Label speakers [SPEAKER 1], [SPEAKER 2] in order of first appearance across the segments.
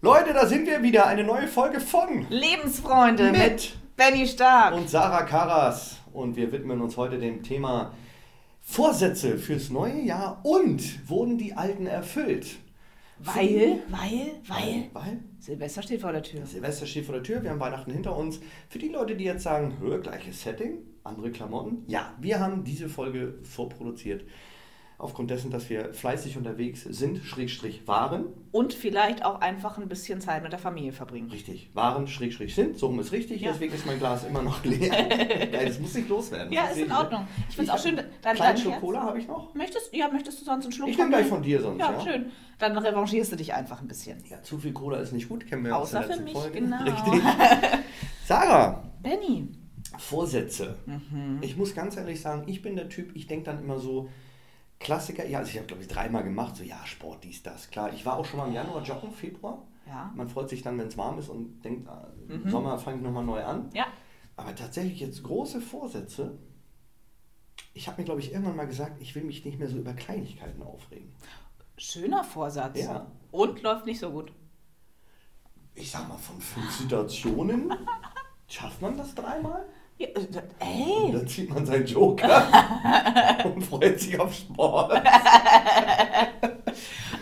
[SPEAKER 1] Leute, da sind wir wieder. Eine neue Folge von
[SPEAKER 2] Lebensfreunde mit,
[SPEAKER 1] Mit
[SPEAKER 2] Benny Stark.
[SPEAKER 1] und Sarah Karas. Und wir widmen uns heute dem Thema Vorsätze fürs neue Jahr und wurden die alten erfüllt?
[SPEAKER 2] weil, weil, weil.
[SPEAKER 1] Weil
[SPEAKER 2] Silvester steht vor der Tür.
[SPEAKER 1] Silvester steht vor der Tür, wir haben Weihnachten hinter uns. Für die Leute, die jetzt sagen, hör, gleiches Setting, andere Klamotten. Ja, wir haben diese Folge vorproduziert. Aufgrund dessen, dass wir fleißig unterwegs sind, Schrägstrich waren.
[SPEAKER 2] Und vielleicht auch einfach ein bisschen Zeit mit der Familie verbringen.
[SPEAKER 1] Richtig, waren, Schrägstrich sind, so rum ist richtig,
[SPEAKER 2] Ja.
[SPEAKER 1] deswegen ist mein Glas immer noch leer. Geil, das muss nicht loswerden.
[SPEAKER 2] Ja,
[SPEAKER 1] Das
[SPEAKER 2] ist in
[SPEAKER 1] sehe ich.
[SPEAKER 2] Ordnung. Ich find's auch schön,
[SPEAKER 1] hab-
[SPEAKER 2] dein-
[SPEAKER 1] Kleinen
[SPEAKER 2] dein
[SPEAKER 1] Schluck
[SPEAKER 2] Herz.
[SPEAKER 1] Cola habe ich noch.
[SPEAKER 2] Möchtest, ja, möchtest du sonst einen Schluck
[SPEAKER 1] Ich nehm
[SPEAKER 2] mir?
[SPEAKER 1] gleich von dir sonst,
[SPEAKER 2] Ja,
[SPEAKER 1] ja.
[SPEAKER 2] schön. Dann revanchierst du dich einfach ein bisschen.
[SPEAKER 1] Ja, zu viel Cola ist nicht gut, kennen wir aus
[SPEAKER 2] Außer
[SPEAKER 1] der
[SPEAKER 2] für
[SPEAKER 1] letzten
[SPEAKER 2] mich,
[SPEAKER 1] Folge.
[SPEAKER 2] genau.
[SPEAKER 1] Richtig. Sarah,
[SPEAKER 2] Benny,
[SPEAKER 1] Vorsätze.
[SPEAKER 2] Mhm.
[SPEAKER 1] Ich muss ganz ehrlich sagen, ich bin der Typ, ich denke dann immer so, Klassiker, ja, also ich habe glaube ich dreimal gemacht, so ja, Sport, dies, das, klar. Ich war auch schon mal im Januar joggen, Februar.
[SPEAKER 2] Ja. Mhm.
[SPEAKER 1] Man freut sich dann, wenn es warm ist und denkt, ah, im Sommer fange ich nochmal neu an.
[SPEAKER 2] ja,
[SPEAKER 1] Aber tatsächlich jetzt große Vorsätze. Ich habe mir, glaube ich, irgendwann mal gesagt, ich will mich nicht mehr so über Kleinigkeiten aufregen.
[SPEAKER 2] schöner Vorsatz.
[SPEAKER 1] Ja.
[SPEAKER 2] Und läuft nicht so gut.
[SPEAKER 1] Ich sag mal, von fünf Situationen schafft man das dreimal.
[SPEAKER 2] Ja, äh,
[SPEAKER 1] Und
[SPEAKER 2] ey,
[SPEAKER 1] dann zieht man seinen Joker und freut sich auf Sport.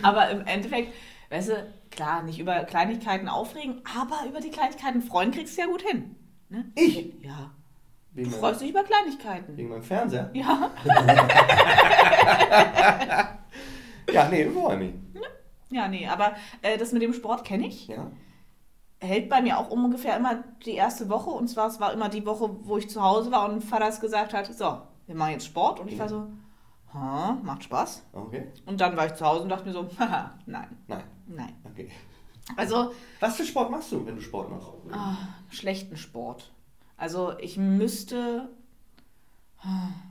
[SPEAKER 2] aber im Endeffekt, weißt du, klar, nicht über Kleinigkeiten aufregen, aber über die Kleinigkeiten freuen kriegst du ja gut hin. Ne?
[SPEAKER 1] Ich?
[SPEAKER 2] Ja. Du
[SPEAKER 1] Wegen, meinem,
[SPEAKER 2] freust dich über Kleinigkeiten.
[SPEAKER 1] wegen meinem Fernseher.
[SPEAKER 2] Ja.
[SPEAKER 1] Ja, nee, freue mich.
[SPEAKER 2] Ja, nee, aber äh, das mit dem Sport kenne ich.
[SPEAKER 1] Ja.
[SPEAKER 2] Hält bei mir auch ungefähr immer die erste Woche. Und zwar, es war immer die Woche, wo ich zu Hause war und Vater es gesagt hat, so, wir machen jetzt Sport. Und ich war so, ha, macht Spaß.
[SPEAKER 1] Okay.
[SPEAKER 2] Und dann war ich zu Hause und dachte mir so, haha, nein,
[SPEAKER 1] Nein.
[SPEAKER 2] nein.
[SPEAKER 1] Okay.
[SPEAKER 2] Also, ah,
[SPEAKER 1] Was für Sport machst du, wenn du Sport machst?
[SPEAKER 2] schlechten Sport. Also, ich müsste...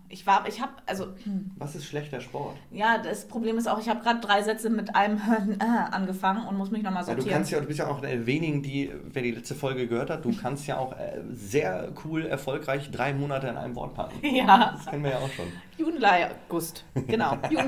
[SPEAKER 2] Ich war, ich habe, also,
[SPEAKER 1] Was ist schlechter Sport?
[SPEAKER 2] ja, das Problem ist auch, ich habe gerade drei Sätze mit einem angefangen und muss mich nochmal
[SPEAKER 1] Ja, du
[SPEAKER 2] sortieren.
[SPEAKER 1] kannst ja, du bist ja auch einer der wenigen, die, wer die letzte Folge gehört hat, du kannst ja auch äh, sehr cool, erfolgreich drei Monate in einem Wort packen.
[SPEAKER 2] ja.
[SPEAKER 1] Das kennen wir ja auch schon.
[SPEAKER 2] Juli, August, genau. Juli,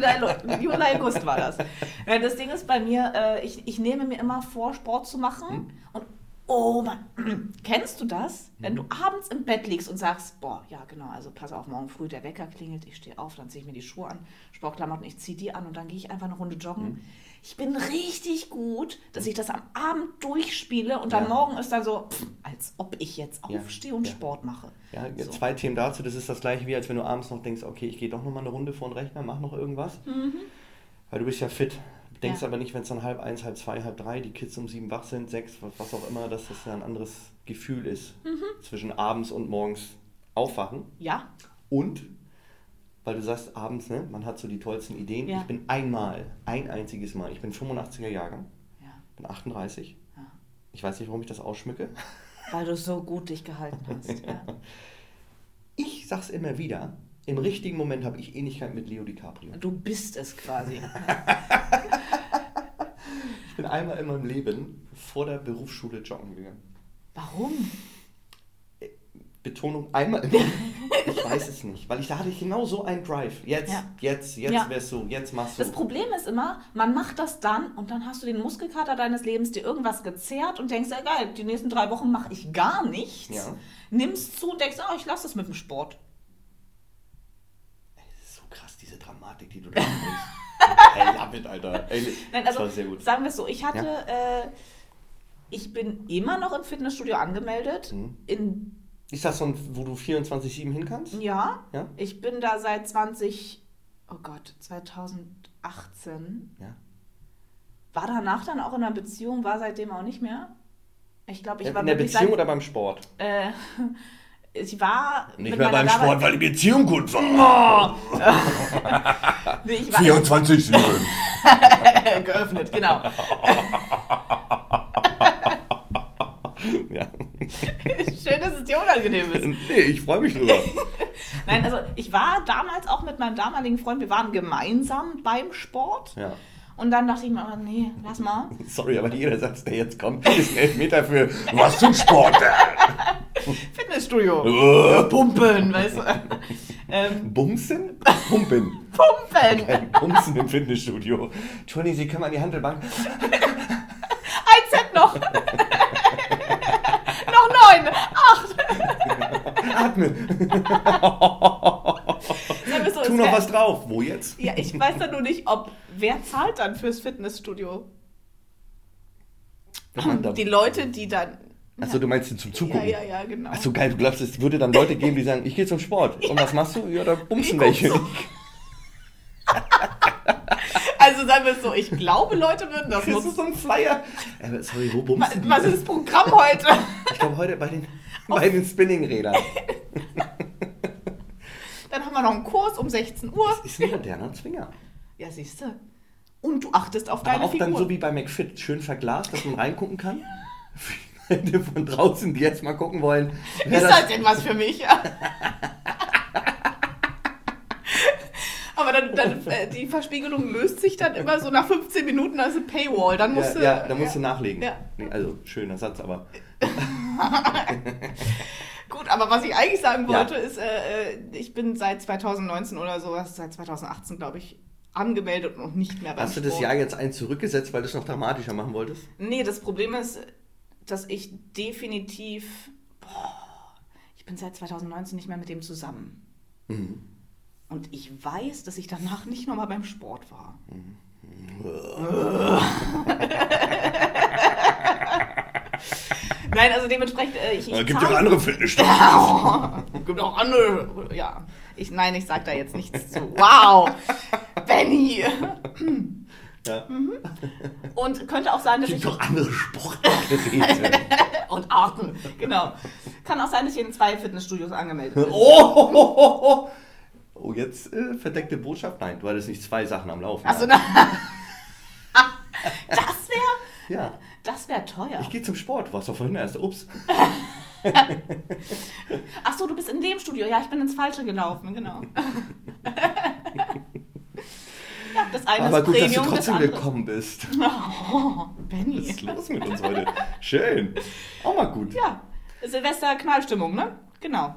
[SPEAKER 2] Juli, August war das. Ja, Das Ding ist bei mir, äh, ich, ich nehme mir immer vor, Sport zu machen.
[SPEAKER 1] Mhm.
[SPEAKER 2] Und oh Mann, kennst du das? Wenn
[SPEAKER 1] Mhm.
[SPEAKER 2] du abends im Bett liegst und sagst, boah, ja genau, also pass auf, morgen früh der Wecker klingelt, ich stehe auf, dann ziehe ich mir die Schuhe an, Sportklamotten, ich ziehe die an und dann gehe ich einfach eine Runde joggen.
[SPEAKER 1] Mhm.
[SPEAKER 2] Ich bin richtig gut, dass ich das am Abend durchspiele und dann
[SPEAKER 1] Ja.
[SPEAKER 2] morgen ist dann so, pff, als ob ich jetzt
[SPEAKER 1] Ja,
[SPEAKER 2] aufstehe und
[SPEAKER 1] ja.
[SPEAKER 2] Sport mache.
[SPEAKER 1] Ja, jetzt
[SPEAKER 2] So.
[SPEAKER 1] zwei Themen dazu. Das ist das gleiche wie, als wenn du abends noch denkst, okay, ich gehe doch nochmal eine Runde vor den Rechner, mach noch irgendwas. Weil du bist ja fit. Denkst
[SPEAKER 2] Mhm. Ja.
[SPEAKER 1] aber nicht, wenn es dann halb eins, halb zwei, halb drei, die Kids um sieben wach sind, sechs, was auch immer, dass das ja ein anderes Gefühl ist
[SPEAKER 2] Mhm.
[SPEAKER 1] zwischen abends und morgens aufwachen.
[SPEAKER 2] Ja,
[SPEAKER 1] Und, weil du sagst abends, ne, man hat so die tollsten Ideen.
[SPEAKER 2] Ja.
[SPEAKER 1] Ich bin einmal, ein einziges Mal, ich bin 85er Jahrgang,
[SPEAKER 2] ja.
[SPEAKER 1] bin 38.
[SPEAKER 2] Ja.
[SPEAKER 1] Ich weiß nicht, warum ich das ausschmücke.
[SPEAKER 2] Weil du so gut dich gehalten hast. Ja.
[SPEAKER 1] Ich sag's immer wieder, im richtigen Moment habe ich Ähnlichkeit mit Leo DiCaprio.
[SPEAKER 2] Du bist es quasi.
[SPEAKER 1] Ich bin einmal in meinem Leben vor der Berufsschule joggen gegangen.
[SPEAKER 2] Warum?
[SPEAKER 1] Betonung einmal im Ich weiß es nicht, weil ich da hatte ich genau so einen Drive. Jetzt,
[SPEAKER 2] Ja.
[SPEAKER 1] jetzt, jetzt
[SPEAKER 2] Ja.
[SPEAKER 1] wärst du, jetzt machst du.
[SPEAKER 2] Das Problem ist immer, man macht das dann und dann hast du den Muskelkater deines Lebens dir irgendwas gezerrt und denkst, ja geil, die nächsten drei Wochen mache ich gar nichts.
[SPEAKER 1] Ja.
[SPEAKER 2] Nimmst zu und denkst, oh, ich lasse es mit dem Sport.
[SPEAKER 1] Das ist so krass, diese Dramatik, die du da bringst. I love it, Alter. Ey,
[SPEAKER 2] Nein,
[SPEAKER 1] das
[SPEAKER 2] also
[SPEAKER 1] war sehr gut.
[SPEAKER 2] sagen wir es so, ich hatte, äh, ich bin immer noch im Fitnessstudio angemeldet.
[SPEAKER 1] Mhm.
[SPEAKER 2] In,
[SPEAKER 1] Ist das so ein, wo du 24-7 hin kannst?
[SPEAKER 2] ja,
[SPEAKER 1] Ja?
[SPEAKER 2] ich bin da seit 20, oh Gott, 2018
[SPEAKER 1] Ja.
[SPEAKER 2] War danach dann auch in einer Beziehung, war seitdem auch nicht mehr. Ich glaube, ich war
[SPEAKER 1] in der
[SPEAKER 2] wirklich
[SPEAKER 1] Beziehung
[SPEAKER 2] seit,
[SPEAKER 1] oder beim Sport?
[SPEAKER 2] äh, ich war
[SPEAKER 1] Nicht
[SPEAKER 2] mit
[SPEAKER 1] mehr
[SPEAKER 2] meiner
[SPEAKER 1] beim
[SPEAKER 2] damals-
[SPEAKER 1] Sport, weil die Beziehung gut war.
[SPEAKER 2] Nee, ich war
[SPEAKER 1] 24 7.
[SPEAKER 2] geöffnet, genau.
[SPEAKER 1] ja.
[SPEAKER 2] Schön, dass es dir unangenehm ist.
[SPEAKER 1] Nee, ich freue mich drüber.
[SPEAKER 2] Nein, also ich war damals auch mit meinem damaligen Freund, wir waren gemeinsam beim Sport
[SPEAKER 1] Ja.
[SPEAKER 2] und dann dachte ich mir, aber, nee, lass mal.
[SPEAKER 1] Sorry, aber jeder Satz, der jetzt kommt, ist ein Elfmeter für was zum Sport.
[SPEAKER 2] Fitnessstudio.
[SPEAKER 1] Äh,
[SPEAKER 2] Pumpen, weißt du. Ähm,
[SPEAKER 1] Bumsen? Pumpen.
[SPEAKER 2] Pumpen. Oh,
[SPEAKER 1] Ein Bumsen im Fitnessstudio. Entschuldigen Sie, können wir an die Handelbank?
[SPEAKER 2] Ein Set noch. noch neun.
[SPEAKER 1] Atme.
[SPEAKER 2] Sagen wir so,
[SPEAKER 1] Tu
[SPEAKER 2] es
[SPEAKER 1] noch
[SPEAKER 2] wär-
[SPEAKER 1] was drauf. Wo jetzt?
[SPEAKER 2] Ja, ich weiß dann nur nicht, ob wer zahlt dann fürs Fitnessstudio? Die Leute, die dann.
[SPEAKER 1] Achso, Also du Also- meinst die zum
[SPEAKER 2] Ja,
[SPEAKER 1] Zugucken?
[SPEAKER 2] ja, ja, genau.
[SPEAKER 1] Ach so, geil, du glaubst, es würde dann Leute geben, die sagen, ich gehe zum Sport. Und was machst du? Ja, da bumsen
[SPEAKER 2] Ich guck
[SPEAKER 1] welche.
[SPEAKER 2] Also sagen wir es so, ich glaube, Leute würden das
[SPEAKER 1] Das ist
[SPEAKER 2] nutzen.
[SPEAKER 1] so ein Flyer. Aber sorry, wo bumsen die?
[SPEAKER 2] Was ist das Programm heute?
[SPEAKER 1] Ich glaube, heute bei den, bei den Spinningrädern.
[SPEAKER 2] Dann haben wir noch einen Kurs um 16 Uhr.
[SPEAKER 1] Ist ein moderner Zwinger.
[SPEAKER 2] Ja, siehst du. Und du achtest auf deine
[SPEAKER 1] Aber auch
[SPEAKER 2] Figur.
[SPEAKER 1] dann so wie bei McFit, schön verglast, dass man reingucken kann. Für die Leute von draußen, die jetzt mal gucken wollen. wer
[SPEAKER 2] ist
[SPEAKER 1] das-
[SPEAKER 2] das denn was für mich? Aber dann, dann äh, die Verspiegelung löst sich dann immer so nach 15 Minuten, also Paywall. Dann musst
[SPEAKER 1] ja,
[SPEAKER 2] du.
[SPEAKER 1] ja, da musst du nachlegen.
[SPEAKER 2] Ja.
[SPEAKER 1] Nee, also, schöner Satz, aber
[SPEAKER 2] Gut, aber was ich eigentlich sagen
[SPEAKER 1] Ja.
[SPEAKER 2] wollte, ist, äh, äh, ich bin seit 2019 oder so, also seit 2018, glaube ich, angemeldet und nicht mehr beim
[SPEAKER 1] hast du das
[SPEAKER 2] Sport.
[SPEAKER 1] Jahr jetzt eins zurückgesetzt, weil du es noch dramatischer machen wolltest?
[SPEAKER 2] Nee, das Problem ist, dass ich definitiv. Boah, ich bin seit 2019 nicht mehr mit dem zusammen. Und ich weiß, dass ich danach nicht nochmal beim Sport war. Nein, also dementsprechend, äh, ich, ich zahle-
[SPEAKER 1] Fitnessstudios.
[SPEAKER 2] Gibt auch andere. Ja. Ich, nein, ich sag da jetzt nichts zu. Wow! Benny! Mhm.
[SPEAKER 1] Ja.
[SPEAKER 2] Und könnte auch sein, dass
[SPEAKER 1] Gibt
[SPEAKER 2] ich.
[SPEAKER 1] doch andere Sportgeräte.
[SPEAKER 2] Und Arten, genau. Kann auch sein, dass ich in zwei Fitnessstudios angemeldet bin.
[SPEAKER 1] oh, oh, oh, oh. oh, jetzt äh, verdeckte Botschaft. Nein, du hattest nicht zwei Sachen am Laufen.
[SPEAKER 2] Achso,
[SPEAKER 1] ja.
[SPEAKER 2] na. Das wäre
[SPEAKER 1] ja.
[SPEAKER 2] das wär teuer.
[SPEAKER 1] Ich gehe zum Sport. Du warst doch vorhin erst. Ups.
[SPEAKER 2] Achso, du bist in dem Studio. Ja, ich bin ins Falsche gelaufen, genau. Ja, das eine
[SPEAKER 1] Aber
[SPEAKER 2] ist
[SPEAKER 1] gut, dass du
[SPEAKER 2] Premium,
[SPEAKER 1] trotzdem
[SPEAKER 2] das andere.
[SPEAKER 1] gekommen bist.
[SPEAKER 2] Oh,
[SPEAKER 1] Was
[SPEAKER 2] Benny.
[SPEAKER 1] ist los mit uns heute? Schön. Auch mal gut.
[SPEAKER 2] Ja, Silvester-Knallstimmung, ne? Genau.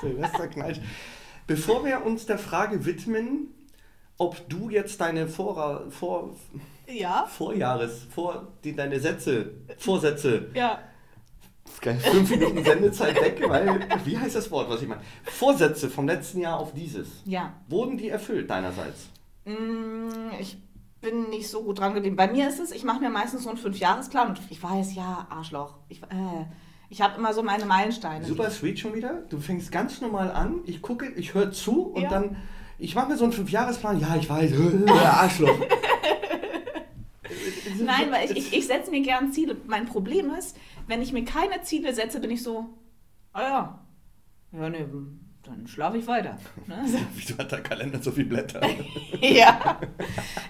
[SPEAKER 1] Silvester knallt. Bevor wir uns der Frage widmen, ob du jetzt deine Vorra Vor
[SPEAKER 2] Ja.
[SPEAKER 1] Vorjahres, vor die, deine Sätze, Vorsätze
[SPEAKER 2] Ja.
[SPEAKER 1] Ist geil. Fünf Minuten Sendezeit weg, weil, wie heißt das Wort, was ich meine? Vorsätze vom letzten Jahr auf dieses.
[SPEAKER 2] Ja.
[SPEAKER 1] Wurden die erfüllt deinerseits?
[SPEAKER 2] Mm, Ich bin nicht so gut dran geblieben. Bei mir ist es, ich mache mir meistens so einen Fünfjahresplan und ich weiß, ja, Arschloch. Ich, äh, ich habe immer so meine Meilensteine.
[SPEAKER 1] Super sweet schon wieder. Du fängst ganz normal an, ich gucke, ich höre zu und
[SPEAKER 2] Ja.
[SPEAKER 1] dann, ich mache mir so einen Fünfjahresplan. Ja, ich weiß, äh, Arschloch.
[SPEAKER 2] Nein, weil ich, ich, ich setze mir gern Ziele. Mein Problem ist, wenn ich mir keine Ziele setze, bin ich so, ah ja, ja, nee, dann schlafe ich weiter. Ne? So.
[SPEAKER 1] Also, Wieso hat der Kalender so viel Blätter?
[SPEAKER 2] ja.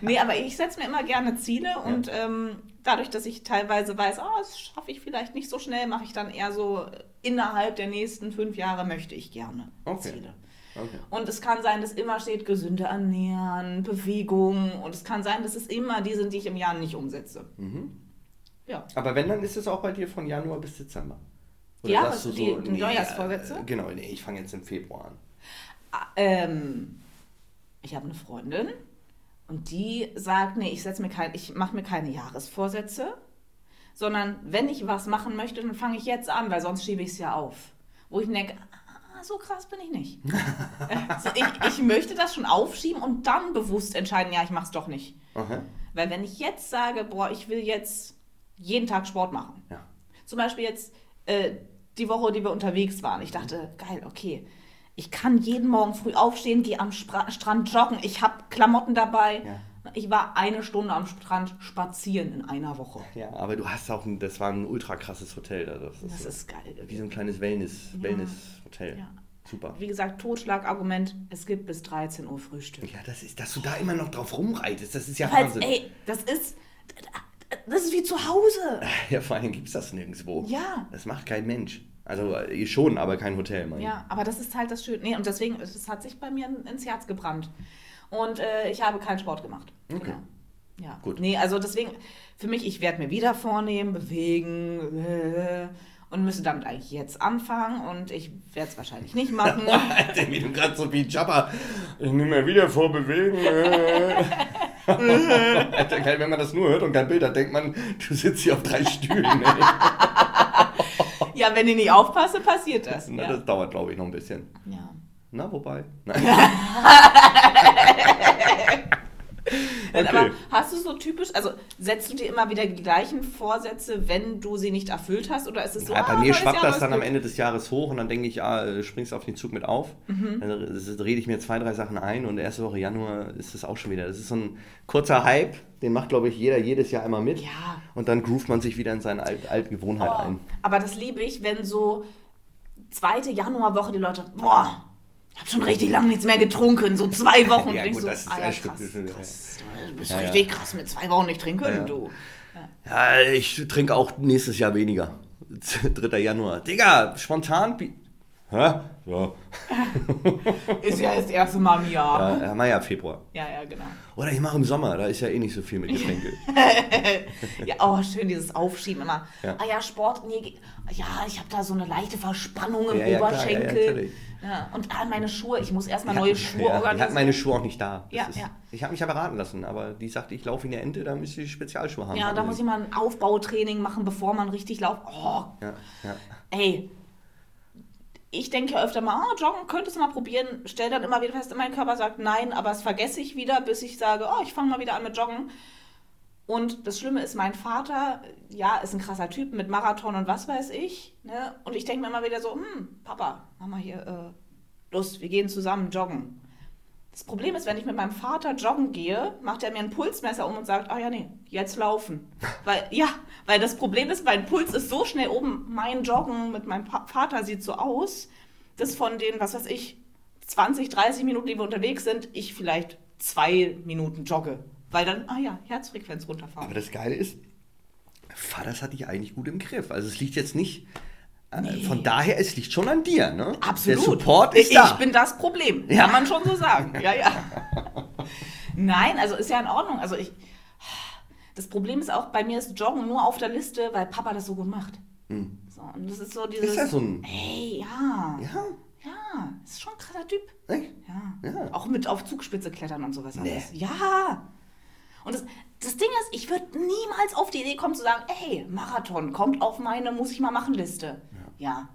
[SPEAKER 2] Nee, aber ich setze mir immer gerne Ziele und ähm, dadurch, dass ich teilweise weiß, ah, das schaffe ich vielleicht nicht so schnell, mache ich dann eher so, äh, innerhalb der nächsten fünf Jahre möchte ich gerne
[SPEAKER 1] Okay.
[SPEAKER 2] Ziele.
[SPEAKER 1] Okay.
[SPEAKER 2] Und es kann sein, dass immer steht, gesünder ernähren, Bewegung und es kann sein, dass es immer die sind, die ich im Jahr nicht umsetze. Ja.
[SPEAKER 1] Mhm. Aber wenn, dann ist es auch bei dir von Januar bis Dezember.
[SPEAKER 2] Ja,
[SPEAKER 1] sagst
[SPEAKER 2] was- die- die Neujahrsvorsätze?
[SPEAKER 1] äh, Genau, nee, ich fange jetzt im Februar an.
[SPEAKER 2] Ah, Ähm, ich habe eine Freundin und die sagt, nee, ich setz mir kein, ich mache mir keine Jahresvorsätze, sondern wenn ich was machen möchte, dann fange ich jetzt an, weil sonst schiebe ich es ja auf. Wo ich denke, ah, so krass bin ich nicht. Äh, so, ich, ich möchte das schon aufschieben und dann bewusst entscheiden, ja, ich mach's doch nicht.
[SPEAKER 1] Aha.
[SPEAKER 2] Weil wenn ich jetzt sage, boah, ich will jetzt jeden Tag Sport machen,
[SPEAKER 1] Ja.
[SPEAKER 2] zum Beispiel jetzt äh, die Woche, die wir unterwegs waren. Ich dachte, geil, okay. Ich kann jeden Morgen früh aufstehen, gehe am Spra Strand joggen. Ich habe Klamotten dabei.
[SPEAKER 1] Ja.
[SPEAKER 2] Ich war eine Stunde am Strand spazieren in einer Woche.
[SPEAKER 1] Ja, aber du hast auch, ein, das war ein ultra krasses Hotel. Also das,
[SPEAKER 2] Das
[SPEAKER 1] ist,
[SPEAKER 2] ist geil.
[SPEAKER 1] wie so ein kleines Wellness, Wellness-Hotel.
[SPEAKER 2] Ja.
[SPEAKER 1] Super.
[SPEAKER 2] Wie gesagt, Totschlagargument, es gibt bis 13 Uhr Frühstück.
[SPEAKER 1] Ja, das ist, dass du da immer noch drauf rumreitest, das ist ja
[SPEAKER 2] Falls,
[SPEAKER 1] Wahnsinn.
[SPEAKER 2] ey, das ist, das ist wie zu Hause.
[SPEAKER 1] Ja, vor allem gibt's das nirgendwo.
[SPEAKER 2] Ja.
[SPEAKER 1] Das macht kein Mensch. Also äh, schon, aber kein Hotel, meine
[SPEAKER 2] Ja, aber das ist halt das Schöne. Nee, und deswegen, es hat sich bei mir in- ins Herz gebrannt. Und äh, ich habe keinen Sport gemacht. Genau.
[SPEAKER 1] Okay.
[SPEAKER 2] Ja.
[SPEAKER 1] Gut.
[SPEAKER 2] Gut. Nee, also deswegen, für mich, ich werde mir wieder vornehmen, bewegen äh, und müsste damit eigentlich jetzt anfangen und ich werde es wahrscheinlich nicht machen.
[SPEAKER 1] ich. Alter, wie du gerade so wie Jabba. Ich nehme mir wieder vor, bewegen. äh. Alter, geil, wenn man das nur hört und kein Bild hat, denkt man, du sitzt hier auf drei Stühlen. Ey.
[SPEAKER 2] Ja, wenn ich nicht aufpasse, passiert das.
[SPEAKER 1] Na,
[SPEAKER 2] Ja.
[SPEAKER 1] Das dauert, glaube ich, noch ein bisschen.
[SPEAKER 2] ja.
[SPEAKER 1] Na, wobei. Nein.
[SPEAKER 2] Nein,
[SPEAKER 1] Okay.
[SPEAKER 2] Aber hast du so typisch, also setzt du dir immer wieder die gleichen Vorsätze, wenn du sie nicht erfüllt hast? Oder ist es so,
[SPEAKER 1] Ja, bei
[SPEAKER 2] ah,
[SPEAKER 1] mir
[SPEAKER 2] neues
[SPEAKER 1] schwappt
[SPEAKER 2] Jahr,
[SPEAKER 1] das
[SPEAKER 2] neues
[SPEAKER 1] dann am
[SPEAKER 2] Glück?
[SPEAKER 1] Ende des Jahres hoch und dann denke ich, ah, äh, springst du auf den Zug mit auf.
[SPEAKER 2] Mhm.
[SPEAKER 1] Dann re- rede ich mir zwei, drei Sachen ein und erste Woche Januar ist es auch schon wieder. Das ist so ein kurzer Hype, den macht, glaube ich, jeder jedes Jahr einmal mit.
[SPEAKER 2] Ja. Oh.
[SPEAKER 1] Und dann groovt man sich wieder in seine alt, alte Gewohnheit
[SPEAKER 2] Boah.
[SPEAKER 1] ein.
[SPEAKER 2] Aber das liebe ich, wenn so zweite Januarwoche die Leute, boah, ich habe schon richtig lange nichts mehr getrunken, so zwei Wochen.
[SPEAKER 1] Ja,
[SPEAKER 2] Und ich
[SPEAKER 1] gut,
[SPEAKER 2] so,
[SPEAKER 1] das ist
[SPEAKER 2] Alter,
[SPEAKER 1] echt-
[SPEAKER 2] krass, krass. Du bist
[SPEAKER 1] Ja, ja.
[SPEAKER 2] richtig krass mit zwei Wochen nicht trinken,
[SPEAKER 1] Ja.
[SPEAKER 2] du.
[SPEAKER 1] Ja, ich trinke auch nächstes Jahr weniger. 3. Januar. Digga, spontan. Bi- Hä? Ja.
[SPEAKER 2] Ist ja das erste Mal im Jahr.
[SPEAKER 1] Ja, Meier, Februar.
[SPEAKER 2] Ja, ja, genau.
[SPEAKER 1] Oder ich mache im Sommer, da ist ja eh nicht so viel mit Getränke.
[SPEAKER 2] Ja, oh, schön dieses Aufschieben immer.
[SPEAKER 1] Ja.
[SPEAKER 2] Ah ja, Sport, nee, ge- ja, ich habe da so eine leichte Verspannung im
[SPEAKER 1] Ja, ja, klar, ja, ja,
[SPEAKER 2] Oberschenkel.
[SPEAKER 1] natürlich.
[SPEAKER 2] Ja, und ah, meine Schuhe, ich muss erstmal
[SPEAKER 1] Ja,
[SPEAKER 2] neue Schuhe
[SPEAKER 1] ja, Ich habe
[SPEAKER 2] organisieren.
[SPEAKER 1] meine Schuhe auch nicht da. Das
[SPEAKER 2] Ja,
[SPEAKER 1] ist,
[SPEAKER 2] ja.
[SPEAKER 1] Ich habe mich ja beraten lassen, aber die sagte, ich laufe wie eine Ente, da müsste ich Spezialschuhe haben. Also,
[SPEAKER 2] ja, da muss ich mal ein Aufbautraining machen, bevor man richtig lauft. Oh,
[SPEAKER 1] Ja, ja.
[SPEAKER 2] ey. Ich denke ja öfter mal, ah, joggen, könntest du mal probieren. Stell dann immer wieder fest, mein Körper sagt nein, aber es vergesse ich wieder, bis ich sage, oh, ich fange mal wieder an mit Joggen. Und das Schlimme ist, mein Vater, ja, ist ein krasser Typ mit Marathon und was weiß ich. Ne? Und ich denke mir immer wieder so, hm, Papa, mach mal hier äh, Lust, wir gehen zusammen joggen. Das Problem ist, wenn ich mit meinem Vater joggen gehe, macht er mir ein Pulsmesser um und sagt, ah ja, nee, jetzt laufen. Weil, ja, weil das Problem ist, mein Puls ist so schnell oben, mein Joggen mit meinem Pa- Vater sieht so aus, dass von den, was weiß ich, 20, 30 Minuten, die wir unterwegs sind, ich vielleicht zwei Minuten jogge. Weil dann, ah ja, Herzfrequenz runterfahren.
[SPEAKER 1] Aber das Geile ist, Vaters hatte ich eigentlich gut im Griff. Also es liegt jetzt nicht. äh, Von daher, es liegt schon an dir, ne?
[SPEAKER 2] Absolut.
[SPEAKER 1] Der Support ist
[SPEAKER 2] ich
[SPEAKER 1] da.
[SPEAKER 2] bin das Problem.
[SPEAKER 1] Ja.
[SPEAKER 2] Kann man schon so sagen. Ja, ja. Nein, also ist ja in Ordnung. Also ich. Das Problem ist auch, bei mir ist Joggen nur auf der Liste, weil Papa das so gut macht. So, und das ist so dieses.
[SPEAKER 1] Hm. ist ja so ein.
[SPEAKER 2] Hey, ja.
[SPEAKER 1] Ja,
[SPEAKER 2] Ja, ist schon ein krasser Typ.
[SPEAKER 1] echt?
[SPEAKER 2] Ja.
[SPEAKER 1] Ja.
[SPEAKER 2] Auch mit auf Zugspitze klettern und sowas
[SPEAKER 1] Nee.
[SPEAKER 2] alles. Ja. Und das, das Ding ist, ich würde niemals auf die Idee kommen zu sagen, ey, Marathon kommt auf meine muss ich mal machen Liste. Ja.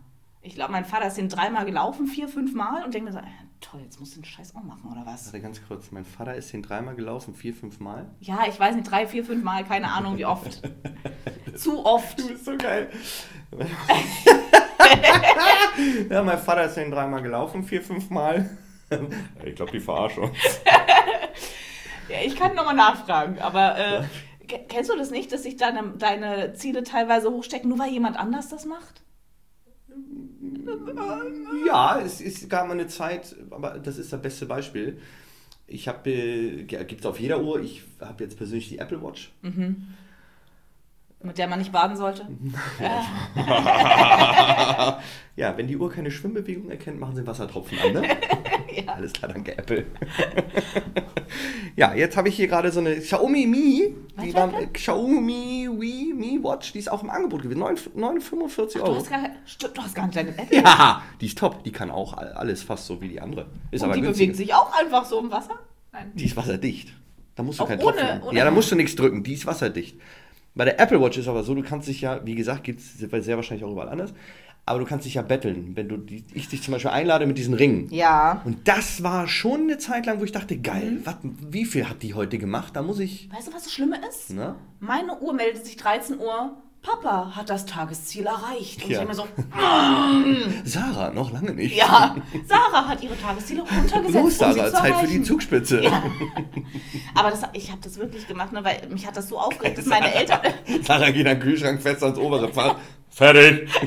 [SPEAKER 2] Ich glaube, mein Vater ist den dreimal gelaufen, vier, fünf Mal und denkt mir so, äh, toll, jetzt musst du den Scheiß auch machen oder was?
[SPEAKER 1] Warte ganz kurz. Mein Vater ist den dreimal gelaufen, vier, fünf Mal.
[SPEAKER 2] Ja, ich weiß nicht, drei, vier, fünf Mal, keine Ahnung wie oft. Zu oft.
[SPEAKER 1] Du bist so geil. ja, mein Vater ist den dreimal gelaufen, vier, fünf Mal. Ich glaube, die Verarschung.
[SPEAKER 2] Ja, ich kann nochmal nachfragen, aber äh, ke- kennst du das nicht, dass sich deine, deine Ziele teilweise hochstecken, nur weil jemand anders das macht?
[SPEAKER 1] Ja, es ist gar mal eine Zeit, aber das ist das beste Beispiel. Ich habe, äh, gibt es auf jeder Uhr, ich habe jetzt persönlich die Apple Watch.
[SPEAKER 2] Mhm. Mit der man nicht baden sollte?
[SPEAKER 1] Ja, wenn die Uhr keine Schwimmbewegung erkennt, machen sie einen Wassertropfen an, ne?
[SPEAKER 2] Ja.
[SPEAKER 1] Alles klar, danke Apple. ja, jetzt habe ich hier gerade so eine Xiaomi Mi, die
[SPEAKER 2] Was
[SPEAKER 1] war,
[SPEAKER 2] war
[SPEAKER 1] äh, Xiaomi Wii Mi Watch, die ist auch im Angebot gewesen, 9 9,45
[SPEAKER 2] Du
[SPEAKER 1] Euro.
[SPEAKER 2] hast, gar, stimmt, du hast gar nicht deine Apple.
[SPEAKER 1] Oh. Ja, die ist top, die kann auch all- alles fast so wie die andere. Ist
[SPEAKER 2] Und
[SPEAKER 1] aber
[SPEAKER 2] die
[SPEAKER 1] günstiger.
[SPEAKER 2] bewegt sich auch einfach so im Wasser? Nein.
[SPEAKER 1] Die ist wasserdicht. Da musst du
[SPEAKER 2] Auch
[SPEAKER 1] keinen
[SPEAKER 2] ohne-
[SPEAKER 1] Tropfen.
[SPEAKER 2] ohne-
[SPEAKER 1] ja, da musst du nichts drücken. Die ist wasserdicht. Bei der Apple Watch ist aber so, du kannst dich ja, wie gesagt, gibt es sehr wahrscheinlich auch überall anders, aber du kannst dich ja betteln, wenn du die, ich dich zum Beispiel einlade mit diesen Ringen.
[SPEAKER 2] Ja. Mhm.
[SPEAKER 1] Und das war schon eine Zeit lang, wo ich dachte, geil, wat, wie viel hat die heute gemacht? Da muss ich.
[SPEAKER 2] Weißt du, was das Schlimme ist?
[SPEAKER 1] Ne?
[SPEAKER 2] Meine Uhr meldet sich 13 Uhr. Papa hat das Tagesziel erreicht. Und
[SPEAKER 1] Ja.
[SPEAKER 2] ich denke mir so,
[SPEAKER 1] Sarah, noch lange nicht.
[SPEAKER 2] ja, Sarah hat ihre Tagesziele runtergesetzt.
[SPEAKER 1] Los,
[SPEAKER 2] um sie
[SPEAKER 1] Sarah,
[SPEAKER 2] zu
[SPEAKER 1] also Zeit für
[SPEAKER 2] erreichen.
[SPEAKER 1] die Zugspitze.
[SPEAKER 2] Aber das, ich habe das wirklich gemacht, ne, weil mich hat das so aufgeregt, dass meine Eltern.
[SPEAKER 1] Sarah geht an den Kühlschrank fest ans obere Fach. Fertig.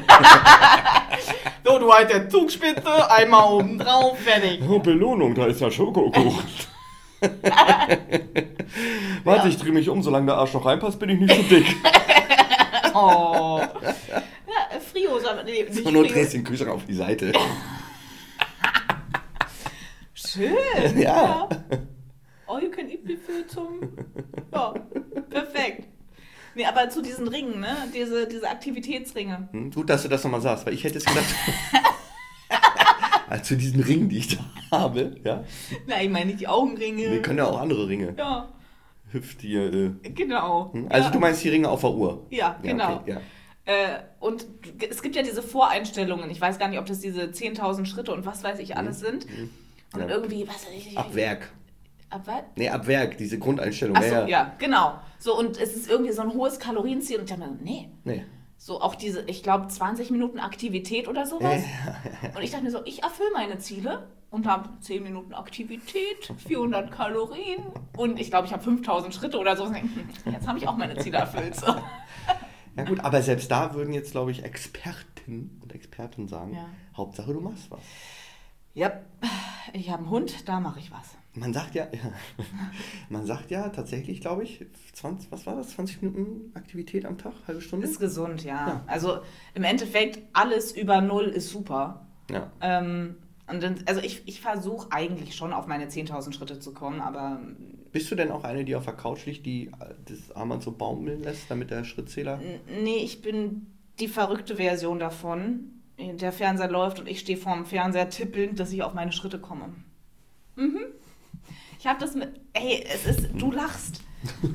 [SPEAKER 2] So, du halt der Zugspitze, einmal oben drauf, fertig.
[SPEAKER 1] Oh, Belohnung, da ist ja Schokokuchen. Warte, ich drehe mich um, solange der Arsch noch reinpasst, bin ich nicht zu dick.
[SPEAKER 2] Oh. Ja, äh, Frio, soll- nee, nicht
[SPEAKER 1] Und nur
[SPEAKER 2] Frio.
[SPEAKER 1] drehst den Kühlschrank auf die Seite.
[SPEAKER 2] Schön.
[SPEAKER 1] Ja.
[SPEAKER 2] Oh, you can eat Bifel zum. Ja, perfekt. Nee, aber zu diesen Ringen, ne? Diese, diese Aktivitätsringe.
[SPEAKER 1] Hm, gut, dass du das nochmal sagst, weil ich hätte jetzt gedacht. Also zu diesen Ringen, die ich da habe, ja.
[SPEAKER 2] Na, ich meine nicht die Augenringe.
[SPEAKER 1] Wir können ja auch andere Ringe.
[SPEAKER 2] ja.
[SPEAKER 1] Hüft hier. Äh.
[SPEAKER 2] Genau.
[SPEAKER 1] Also
[SPEAKER 2] ja.
[SPEAKER 1] du meinst die Ringe auf der Uhr?
[SPEAKER 2] Ja, genau.
[SPEAKER 1] okay, ja.
[SPEAKER 2] Äh, und g- es gibt ja diese Voreinstellungen. Ich weiß gar nicht, ob das diese 10.000 Schritte und was weiß ich alles sind. Und
[SPEAKER 1] Hm, Ja.
[SPEAKER 2] irgendwie, was weiß ich.
[SPEAKER 1] Ab Werk.
[SPEAKER 2] Ab was?
[SPEAKER 1] Nee, ab Werk, diese Grundeinstellung.
[SPEAKER 2] Achso,
[SPEAKER 1] ja,
[SPEAKER 2] ja. ja, genau. So, und es ist irgendwie so ein hohes Kalorienziel. Und ich dachte mir, so, nee.
[SPEAKER 1] Nee.
[SPEAKER 2] So auch diese, ich glaube, 20 Minuten Aktivität oder sowas.
[SPEAKER 1] Äh.
[SPEAKER 2] Und ich dachte mir so, ich erfülle meine Ziele und habe 10 Minuten Aktivität, 400 Kalorien und ich glaube, ich habe 5000 Schritte oder so. Und ich denk, hm, Jetzt habe ich auch meine Ziele erfüllt. So.
[SPEAKER 1] Ja gut, aber selbst da würden jetzt, glaube ich, Experten und Experten sagen,
[SPEAKER 2] Ja.
[SPEAKER 1] Hauptsache du machst was.
[SPEAKER 2] Ja, ich habe einen Hund, da mache ich was.
[SPEAKER 1] Man sagt ja, ja man sagt ja tatsächlich, glaube ich, 20, was war das? 20 Minuten Aktivität am Tag, halbe Stunde?
[SPEAKER 2] Ist gesund, ja.
[SPEAKER 1] Ja.
[SPEAKER 2] Also im Endeffekt, alles über Null ist super.
[SPEAKER 1] Ja.
[SPEAKER 2] Ähm, und dann, also ich, ich versuche eigentlich schon auf meine 10.000 Schritte zu kommen, aber
[SPEAKER 1] Bist du denn auch eine, die auf der Couch liegt, die äh, das Armband so baumeln lässt, damit der Schrittzähler.
[SPEAKER 2] N- Nee, ich bin die verrückte Version davon. Der Fernseher läuft und ich stehe vorm Fernseher tippelnd, dass ich auf meine Schritte komme. Mhm. Ich habe das mit. Ey, es ist. Du lachst.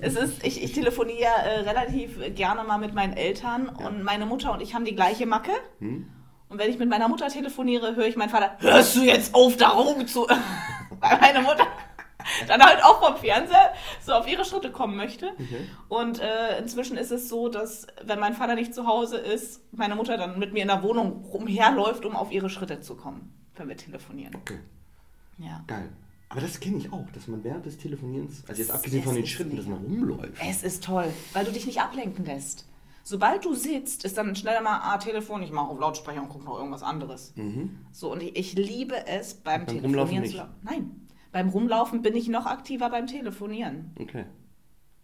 [SPEAKER 2] Es ist, ich, ich telefoniere äh, relativ gerne mal mit meinen Eltern
[SPEAKER 1] Ja.
[SPEAKER 2] und meine Mutter und ich haben die gleiche Macke.
[SPEAKER 1] Hm?
[SPEAKER 2] Und wenn ich mit meiner Mutter telefoniere, höre ich meinen Vater, hörst du jetzt auf, da rum zu... Weil meine Mutter dann halt auch vom Fernseher so auf ihre Schritte kommen möchte.
[SPEAKER 1] Mhm.
[SPEAKER 2] Und äh, inzwischen ist es so, dass wenn mein Vater nicht zu Hause ist, meine Mutter dann mit mir in der Wohnung rumherläuft, um auf ihre Schritte zu kommen, wenn wir telefonieren.
[SPEAKER 1] Okay,
[SPEAKER 2] Ja.
[SPEAKER 1] geil. Aber das kenne ich auch, dass man während des Telefonierens, also jetzt
[SPEAKER 2] Es-
[SPEAKER 1] abgesehen von
[SPEAKER 2] es
[SPEAKER 1] den
[SPEAKER 2] ist-
[SPEAKER 1] Schritten, dass man rumläuft.
[SPEAKER 2] Es ist toll, weil du dich nicht ablenken lässt. Sobald du sitzt, ist dann schneller mal, ah, Telefon, ich mache auf Lautsprecher und gucke noch irgendwas anderes.
[SPEAKER 1] Mhm.
[SPEAKER 2] So, und ich, ich liebe es beim,
[SPEAKER 1] Und beim
[SPEAKER 2] Telefonieren
[SPEAKER 1] Rumlaufen
[SPEAKER 2] zu
[SPEAKER 1] nicht?
[SPEAKER 2] lau- Nein. Beim Rumlaufen bin ich noch aktiver beim Telefonieren.
[SPEAKER 1] Okay.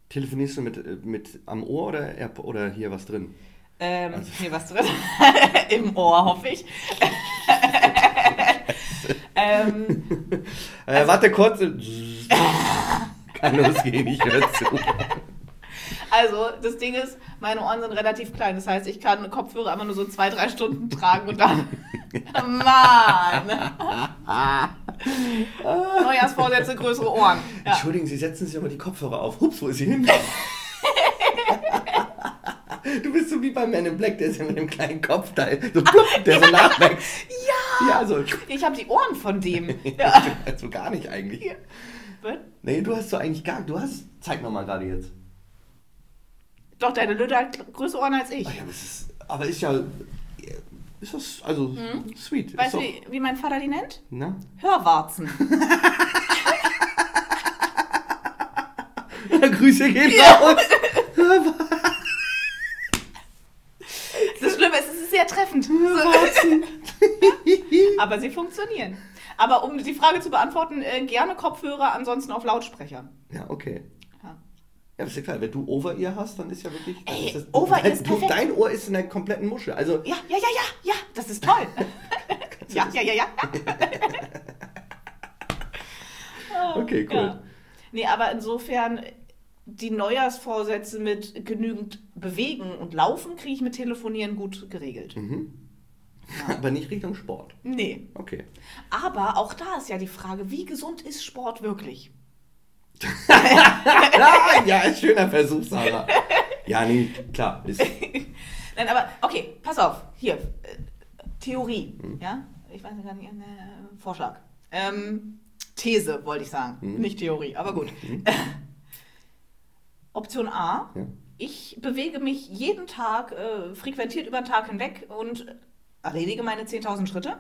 [SPEAKER 1] Telefonierst du mit, äh, mit am Ohr oder, Airpo- oder hier was drin?
[SPEAKER 2] Ähm,
[SPEAKER 1] Also
[SPEAKER 2] hier was drin. Im Ohr, hoffe ich. ähm,
[SPEAKER 1] Äh, warte kurz. Kann losgehen, ich höre zu.
[SPEAKER 2] also, das Ding ist, meine Ohren sind relativ klein. Das heißt, ich kann Kopfhörer immer nur so zwei, drei Stunden tragen und dann. Mann! Neujahrsvorsätze, größere Ohren. Ja.
[SPEAKER 1] Entschuldigen Sie, setzen Sie immer die Kopfhörer auf. Hups, wo ist sie hin? du bist so wie bei Man in Black, der ist ja mit dem kleinen Kopf da. So plupp, der so nachwächst. Ja! Ja, so.
[SPEAKER 2] Ich habe die Ohren von dem.
[SPEAKER 1] so gar nicht eigentlich.
[SPEAKER 2] Wird
[SPEAKER 1] Nee, du hast so eigentlich gar. Du hast. Zeig mir mal gerade jetzt.
[SPEAKER 2] Doch, deine Lütte hat größere Ohren als ich.
[SPEAKER 1] Ach ja, das ist. Aber ist ja. Ist das. Also,
[SPEAKER 2] Hm?
[SPEAKER 1] sweet.
[SPEAKER 2] Weißt du,
[SPEAKER 1] ist ne?
[SPEAKER 2] wie, wie mein Vater die nennt?
[SPEAKER 1] Na?
[SPEAKER 2] Hörwarzen.
[SPEAKER 1] Grüße gehen raus.
[SPEAKER 2] Das Schlimme ist, es ist sehr treffend. Aber sie funktionieren. Aber um die Frage zu beantworten, äh, gerne Kopfhörer, ansonsten auf Lautsprecher.
[SPEAKER 1] Ja, okay.
[SPEAKER 2] Ja.
[SPEAKER 1] Ja, aber ist ja klar, wenn du Over-Ear hast, dann ist ja wirklich. das
[SPEAKER 2] Ey,
[SPEAKER 1] ist das,
[SPEAKER 2] Over-Ear
[SPEAKER 1] dein,
[SPEAKER 2] ist
[SPEAKER 1] du,
[SPEAKER 2] perfekt.
[SPEAKER 1] dein Ohr ist in der kompletten Muschel. Also,
[SPEAKER 2] Ja, ja, ja, ja, ja, das ist toll. ja, ja, ja, ja.
[SPEAKER 1] okay, cool.
[SPEAKER 2] Oh, Ja. Nee, aber insofern die Neujahrsvorsätze mit genügend bewegen und laufen kriege ich mit Telefonieren gut geregelt.
[SPEAKER 1] Mhm. Aber nicht Richtung Sport.
[SPEAKER 2] Nee.
[SPEAKER 1] Okay.
[SPEAKER 2] Aber auch da ist ja die Frage, wie gesund ist Sport wirklich?
[SPEAKER 1] Ah, ja, ein schöner Versuch, Sarah. Ja, nee, klar. Ist,
[SPEAKER 2] Nein, aber okay, pass auf. Hier, äh, Theorie. Ja? Ich weiß gar nicht, äh, Vorschlag. Ähm, These wollte ich sagen, nicht Theorie, aber gut. Option A.
[SPEAKER 1] ja.
[SPEAKER 2] Ich bewege mich jeden Tag, äh, frequentiert über den Tag hinweg und erledige meine 10.000 Schritte.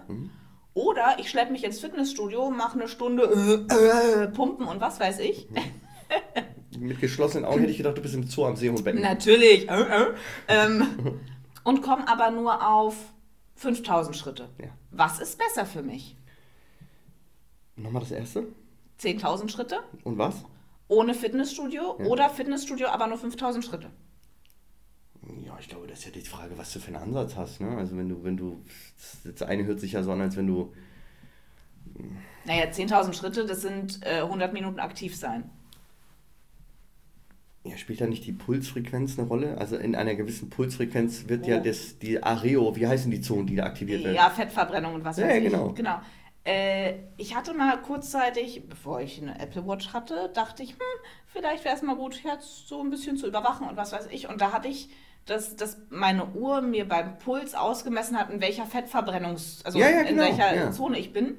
[SPEAKER 2] Oder ich schleppe mich ins Fitnessstudio, mache eine Stunde äh, äh, Pumpen und was weiß ich.
[SPEAKER 1] Mit geschlossenen Augen hätte ich gedacht, du bist im Zoo am See und Becken.
[SPEAKER 2] Natürlich. Äh, äh. Ähm, und komme aber nur auf 5000 Schritte.
[SPEAKER 1] Ja.
[SPEAKER 2] Was ist besser für mich?
[SPEAKER 1] Nochmal das erste.
[SPEAKER 2] 10.000 Schritte
[SPEAKER 1] Und was?
[SPEAKER 2] ohne Fitnessstudio
[SPEAKER 1] Ja.
[SPEAKER 2] oder Fitnessstudio, aber nur 5000 Schritte?
[SPEAKER 1] Ja, ich glaube, das ist ja die Frage, was du für einen Ansatz hast. Ne? Also, wenn du, wenn du. Das eine hört sich ja so an, als wenn du.
[SPEAKER 2] Naja, 10.000 Schritte, das sind äh, 100 Minuten aktiv sein.
[SPEAKER 1] Ja, spielt da nicht die Pulsfrequenz eine Rolle? Also in einer gewissen Pulsfrequenz wird ja
[SPEAKER 2] Oh.
[SPEAKER 1] das, die Areo, wie heißen die Zonen, die da aktiviert werden?
[SPEAKER 2] Ja, Fettverbrennung und was
[SPEAKER 1] Ja,
[SPEAKER 2] weiß
[SPEAKER 1] ja,
[SPEAKER 2] ich.
[SPEAKER 1] genau.
[SPEAKER 2] genau. Äh, ich hatte mal kurzzeitig, bevor ich eine Apple Watch hatte, dachte ich, hm, vielleicht wäre es mal gut, Herz so ein bisschen zu überwachen und was weiß ich. Und da hatte ich, dass, dass meine Uhr mir beim Puls ausgemessen hat, in welcher Fettverbrennungs-, also
[SPEAKER 1] Ja, ja,
[SPEAKER 2] in
[SPEAKER 1] genau,
[SPEAKER 2] welcher
[SPEAKER 1] ja.
[SPEAKER 2] Zone ich bin.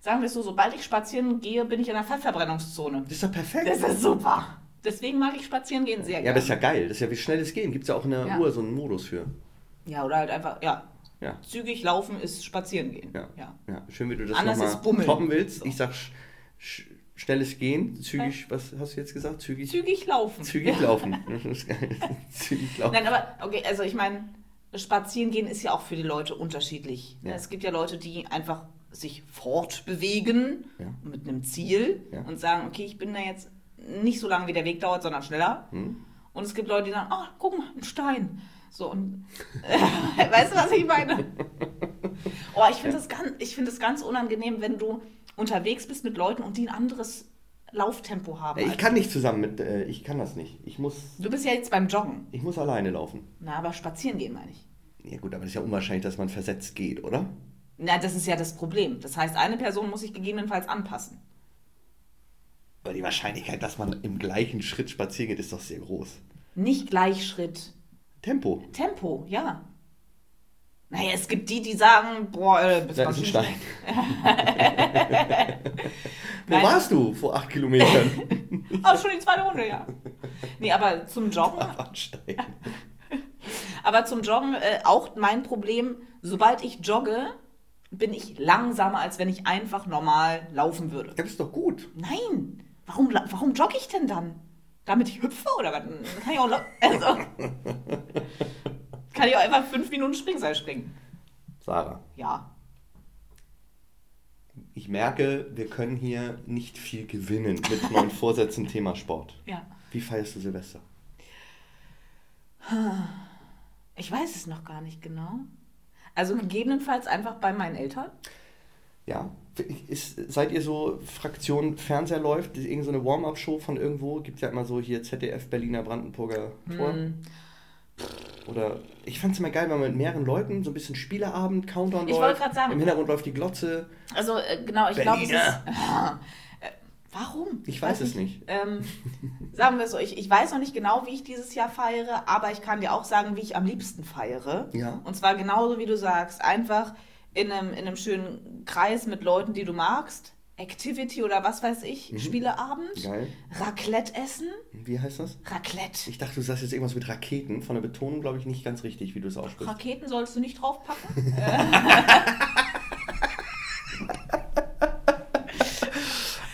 [SPEAKER 2] Sagen wir es so, sobald ich spazieren gehe, bin ich in der Fettverbrennungszone.
[SPEAKER 1] Das ist doch perfekt.
[SPEAKER 2] Das ist super. Deswegen mag ich spazieren gehen sehr
[SPEAKER 1] ja,
[SPEAKER 2] gerne.
[SPEAKER 1] das ist ja geil. Das ist ja, wie schnell es gehen. Gibt es ja auch in der
[SPEAKER 2] Ja.
[SPEAKER 1] Uhr so einen Modus für.
[SPEAKER 2] Ja, oder halt einfach, ja.
[SPEAKER 1] Ja.
[SPEAKER 2] Zügig laufen ist spazieren gehen.
[SPEAKER 1] Ja. ja. Schön, wie du das
[SPEAKER 2] Anders ist
[SPEAKER 1] nochmal
[SPEAKER 2] Ah, Bummeln.
[SPEAKER 1] toppen willst.
[SPEAKER 2] So.
[SPEAKER 1] Ich sag sch sch schnelles Gehen, zügig, was hast du jetzt gesagt? Zügig,
[SPEAKER 2] Zügig laufen.
[SPEAKER 1] zügig laufen. Das ist geil. zügig laufen.
[SPEAKER 2] Nein, aber okay, also ich meine, spazieren gehen ist ja auch für die Leute unterschiedlich.
[SPEAKER 1] Ja.
[SPEAKER 2] Es gibt ja Leute, die einfach sich fortbewegen
[SPEAKER 1] Ja.
[SPEAKER 2] mit einem Ziel
[SPEAKER 1] Ja.
[SPEAKER 2] und sagen, okay, ich bin da jetzt nicht so lange, wie der Weg dauert, sondern schneller.
[SPEAKER 1] Hm?
[SPEAKER 2] Und es gibt Leute, die sagen, oh, guck mal, ein Stein. So, und weißt du, was ich meine? Oh, ich finde das, ganz- ich find das ganz unangenehm, wenn du unterwegs bist mit Leuten und die ein anderes Lauftempo haben.
[SPEAKER 1] Ich
[SPEAKER 2] als
[SPEAKER 1] kann nicht zusammen mit, äh, ich kann das nicht. Ich muss,
[SPEAKER 2] du. du bist ja jetzt beim Joggen.
[SPEAKER 1] ich muss alleine laufen.
[SPEAKER 2] Na, aber spazieren gehen meine ich.
[SPEAKER 1] Ja gut, aber das ist ja unwahrscheinlich, dass man versetzt geht, oder?
[SPEAKER 2] Na, das ist ja das Problem. Das heißt, eine Person muss sich gegebenenfalls anpassen.
[SPEAKER 1] Aber die Wahrscheinlichkeit, dass man im gleichen Schritt spazieren geht, ist doch sehr groß.
[SPEAKER 2] Nicht Gleichschritt.
[SPEAKER 1] Tempo.
[SPEAKER 2] Tempo, ja. Naja, es gibt die, die sagen, boah, äh, bist
[SPEAKER 1] Da
[SPEAKER 2] mal
[SPEAKER 1] ist ein
[SPEAKER 2] schon-
[SPEAKER 1] Stein. Wo
[SPEAKER 2] Nein.
[SPEAKER 1] warst du vor acht Kilometern?
[SPEAKER 2] Oh, schon die zweite Runde, ja. Nee, aber zum Joggen,
[SPEAKER 1] Am Stein.
[SPEAKER 2] aber zum Joggen äh, auch mein Problem, sobald ich jogge, bin ich langsamer, als wenn ich einfach normal laufen würde.
[SPEAKER 1] Das ist doch gut.
[SPEAKER 2] Nein, warum, la- warum jogge ich denn dann? Damit ich hüpfe oder was? Dann Kann ich auch, lau- also, kann ich auch einfach fünf Minuten Springseil springen.
[SPEAKER 1] Sarah,
[SPEAKER 2] Ja.
[SPEAKER 1] ich merke, wir können hier nicht viel gewinnen mit neuen Vorsätzen Thema Sport.
[SPEAKER 2] Ja.
[SPEAKER 1] Wie feierst du Silvester?
[SPEAKER 2] Ich weiß es noch gar nicht genau. Also gegebenenfalls einfach bei meinen Eltern.
[SPEAKER 1] Ja, ist, seid ihr so Fraktion Fernseher läuft, irgendeine so eine Warm-up-Show von irgendwo? Gibt es ja immer so hier ZDF Berliner Brandenburger Tor.
[SPEAKER 2] Hm.
[SPEAKER 1] Oder ich fand es immer geil, wenn man mit mehreren Leuten so ein bisschen Spieleabend, Countdown
[SPEAKER 2] Ich wollte
[SPEAKER 1] läuft.
[SPEAKER 2] grad sagen.
[SPEAKER 1] Im Hintergrund läuft die Glotze.
[SPEAKER 2] Also äh, genau, ich glaube, es ist.
[SPEAKER 1] Berliner.
[SPEAKER 2] Äh, Warum?
[SPEAKER 1] Ich weiß es nicht.
[SPEAKER 2] Ähm, sagen wir es so, ich, ich weiß noch nicht genau, wie ich dieses Jahr feiere, aber ich kann dir auch sagen, wie ich am liebsten feiere.
[SPEAKER 1] Ja.
[SPEAKER 2] Und zwar genauso, wie du sagst, einfach in einem, in einem schönen Kreis mit Leuten, die du magst. Activity oder was weiß ich, Spieleabend,
[SPEAKER 1] Mhm. Geil.
[SPEAKER 2] Raclette essen,
[SPEAKER 1] Wie heißt das?
[SPEAKER 2] Raclette.
[SPEAKER 1] Ich dachte, du sagst jetzt irgendwas mit Raketen. Von der Betonung glaube ich nicht ganz richtig, wie du es aussprichst.
[SPEAKER 2] Raketen sollst du nicht draufpacken.